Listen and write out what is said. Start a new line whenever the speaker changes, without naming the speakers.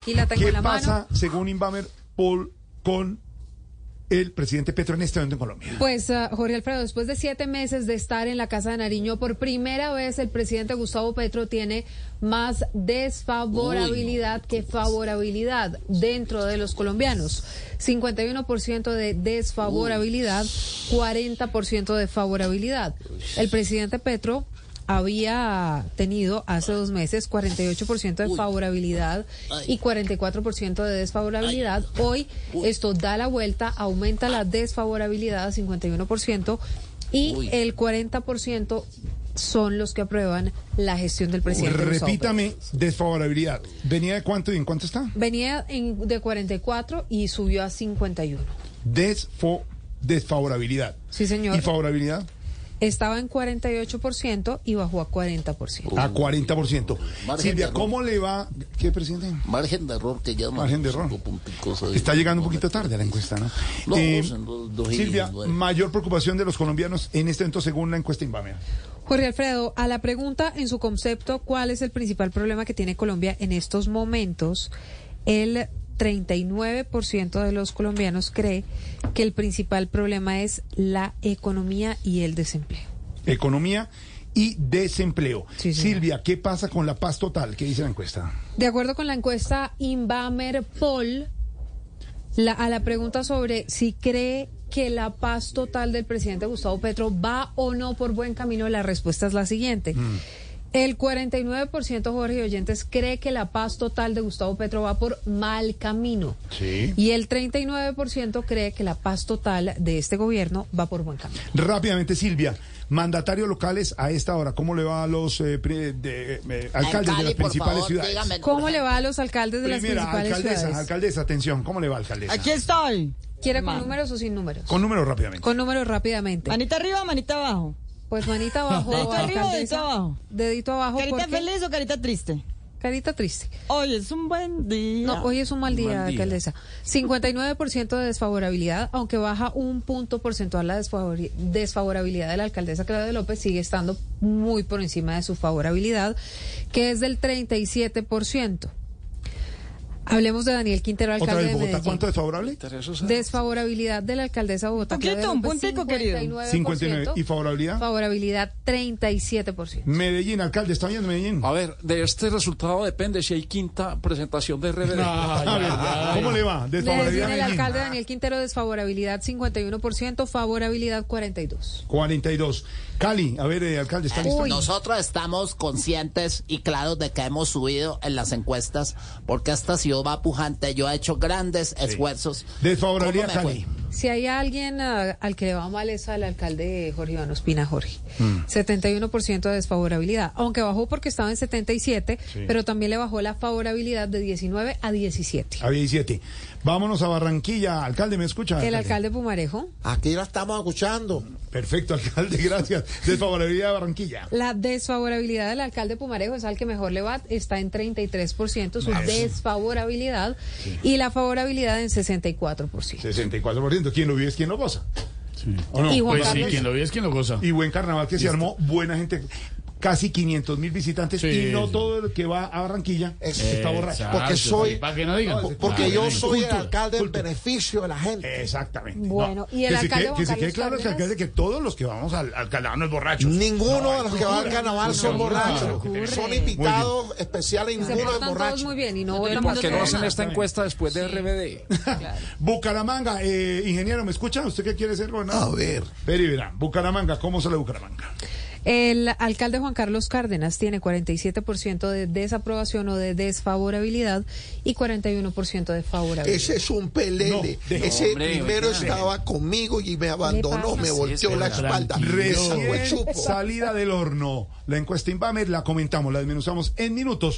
Aquí la tengo
¿Qué
en la
pasa,
mano.
según Inbamer, Paul, con el presidente Petro en este momento en Colombia?
Pues ah, Jorge Alfredo, después de siete meses de estar en la Casa de Nariño, por primera vez el presidente Gustavo Petro tiene más desfavorabilidad que favorabilidad dentro de los colombianos. 51% de desfavorabilidad, 40% de favorabilidad. El presidente Petro había tenido hace dos meses 48% de favorabilidad y 44% de desfavorabilidad. Hoy esto da la vuelta, aumenta la desfavorabilidad a 51% y el 40% son los que aprueban la gestión del presidente. Gustavo
Repítame, desfavorabilidad. ¿Venía de cuánto y en cuánto está?
Petro. Venía en- de 44 y subió a 51.
Desfo- desfavorabilidad.
Sí, señor.
¿Y favorabilidad?
Estaba en 48% y bajó a 40%.
A 40%.
Uh. Margen de
Silvia,
error.
¿cómo le va? ¿Qué, presidente?
Margen de error que llama.
Margen de error.
Cinco punticos ahí.
Está llegando un poquito tarde a la encuesta, ¿no? Eh,
No, son dos- dos y
Silvia,
nueve.
mayor preocupación de los colombianos en este momento según la encuesta Inbamer.
Jorge Alfredo, a la pregunta en su concepto, ¿cuál es el principal problema que tiene Colombia en estos momentos? El 39% de los colombianos cree que el principal problema es la economía y el desempleo.
Economía y desempleo.
Sí, señor.
Silvia, ¿qué pasa con la paz total? ¿Qué dice la encuesta?
De acuerdo con la encuesta Inbamer Poll, la- a la pregunta sobre si cree que la paz total del presidente Gustavo Petro va o no por buen camino, la respuesta es la siguiente.
Mm.
El 49% Jorge y Oyentes cree que la paz total de Gustavo Petro va por mal camino.
Sí.
Y el 39% cree que la paz total de este gobierno va por buen camino.
Rápidamente, Silvia, mandatarios locales a esta hora, ¿cómo le va a los eh, pri- de, eh, alcaldes de las
por
principales
favor,
ciudades?
dígame, por
¿Cómo le va a los alcaldes de las
Primera,
principales
alcaldesa,
ciudades?
alcaldesa, atención, ¿cómo le va, alcaldesa?
Aquí estoy.
¿Quiere con
Ma-
números o sin números?
Con números rápidamente.
Con números rápidamente.
Manita arriba, manita abajo.
Pues manita abajo.
Dedito arriba,
alcaldesa.
dedito abajo.
Dedito abajo.
¿Carita
porque-
feliz o carita triste?
Carita triste.
Hoy es un buen día.
No, hoy es un mal día, alcaldesa. 59% de desfavorabilidad, aunque baja un punto porcentual la desfavori- desfavorabilidad de la alcaldesa Claudia López, sigue estando muy por encima de su favorabilidad, que es del 37%. Hablemos de Daniel Quintero,
Otra
alcalde
vez,
de
Bogotá,
Medellín.
¿cuánto es favorable?
Desfavorabilidad de la alcaldesa de Bogotá.
Poquito,
Claudia
un
López,
puntico, querido.
59%.
59. ¿Y favorabilidad?
Favorabilidad 37%.
Medellín, alcalde, ¿está bien Medellín?
A ver, de este resultado depende si hay quinta presentación de RBD.
Ah,
A ver, Ah, ¿cómo le va?
Medellín,
Desfavorabilidad
el
Medellín.
alcalde Daniel Quintero, desfavorabilidad 51%, favorabilidad 42%.
42. Cali, a ver, eh, alcalde, ¿está listo?
Uy.
Nosotros estamos conscientes y claros de que hemos subido en las encuestas porque esta ciudad va pujante. Yo he hecho grandes esfuerzos.
Desfavorabilidad,
¿Cómo me
Cali.
Si hay alguien ah, al que le va mal es al alcalde Jorge Iván Ospina Jorge.
Mm.
71% de desfavorabilidad, aunque bajó porque estaba en 77,
Sí.
pero también le bajó la favorabilidad de 19 a
Ah,
17.
A 17. Vámonos a Barranquilla. Alcalde, ¿me escucha?
El alcalde Pumarejo,
Aquí la estamos escuchando.
Perfecto, alcalde, gracias. Desfavorabilidad de Barranquilla.
la desfavorabilidad del alcalde Pumarejo es al que mejor le va, está en 33% su
Ah, sí.
desfavorabilidad y la favorabilidad en 64%.
64%. Quien lo vive es quien lo goza. ¿O no?
Y Juan
Pues sí,
Carlos.
quien lo ve es quien lo goza.
Y buen carnaval que se armó, buena gente, casi 500 mil visitantes
Sí,
y no
sí.
todo el que va a Barranquilla
Es-
está borracho.
Exacto,
porque soy-
Para que no digan.
No,
Porque
Claro,
yo
sí.
soy el
Cultura,
alcalde en
cultura.
beneficio de la gente.
Exactamente.
Bueno, y el
que se
alcalde
quede,
Juan Carlos
que se quede claro,
Cárdenas.
alcalde, que todos los que vamos al, al carnaval no es borrachos.
Ninguno
No,
de los que van al carnaval son
cultura,
borrachos.
ocurre.
Son invitados especiales y
Se
ninguno es
portan todos muy
borracho.
bien y pues no
¿Y
votan
por qué no hacen
Exactamente.
esta encuesta después de RBD?
Ah, Bucaramanga, eh, ingeniero, ¿me escucha? ¿Usted qué quiere ser gobernador?
A ver.
Pero y verán, Bucaramanga, ¿cómo sale Bucaramanga?
El alcalde Juan Carlos Cárdenas tiene 47% de desaprobación o de desfavorabilidad y 41% de favorabilidad.
Ese es un pelele.
No, deje-
Ese
hombre,
primero
oiga.
estaba conmigo y me abandonó,
pasa?
me volteó la espalda. Esa
Recién
huechupo.
salida del horno. La encuesta Inbamer la comentamos, la desmenuzamos en minutos.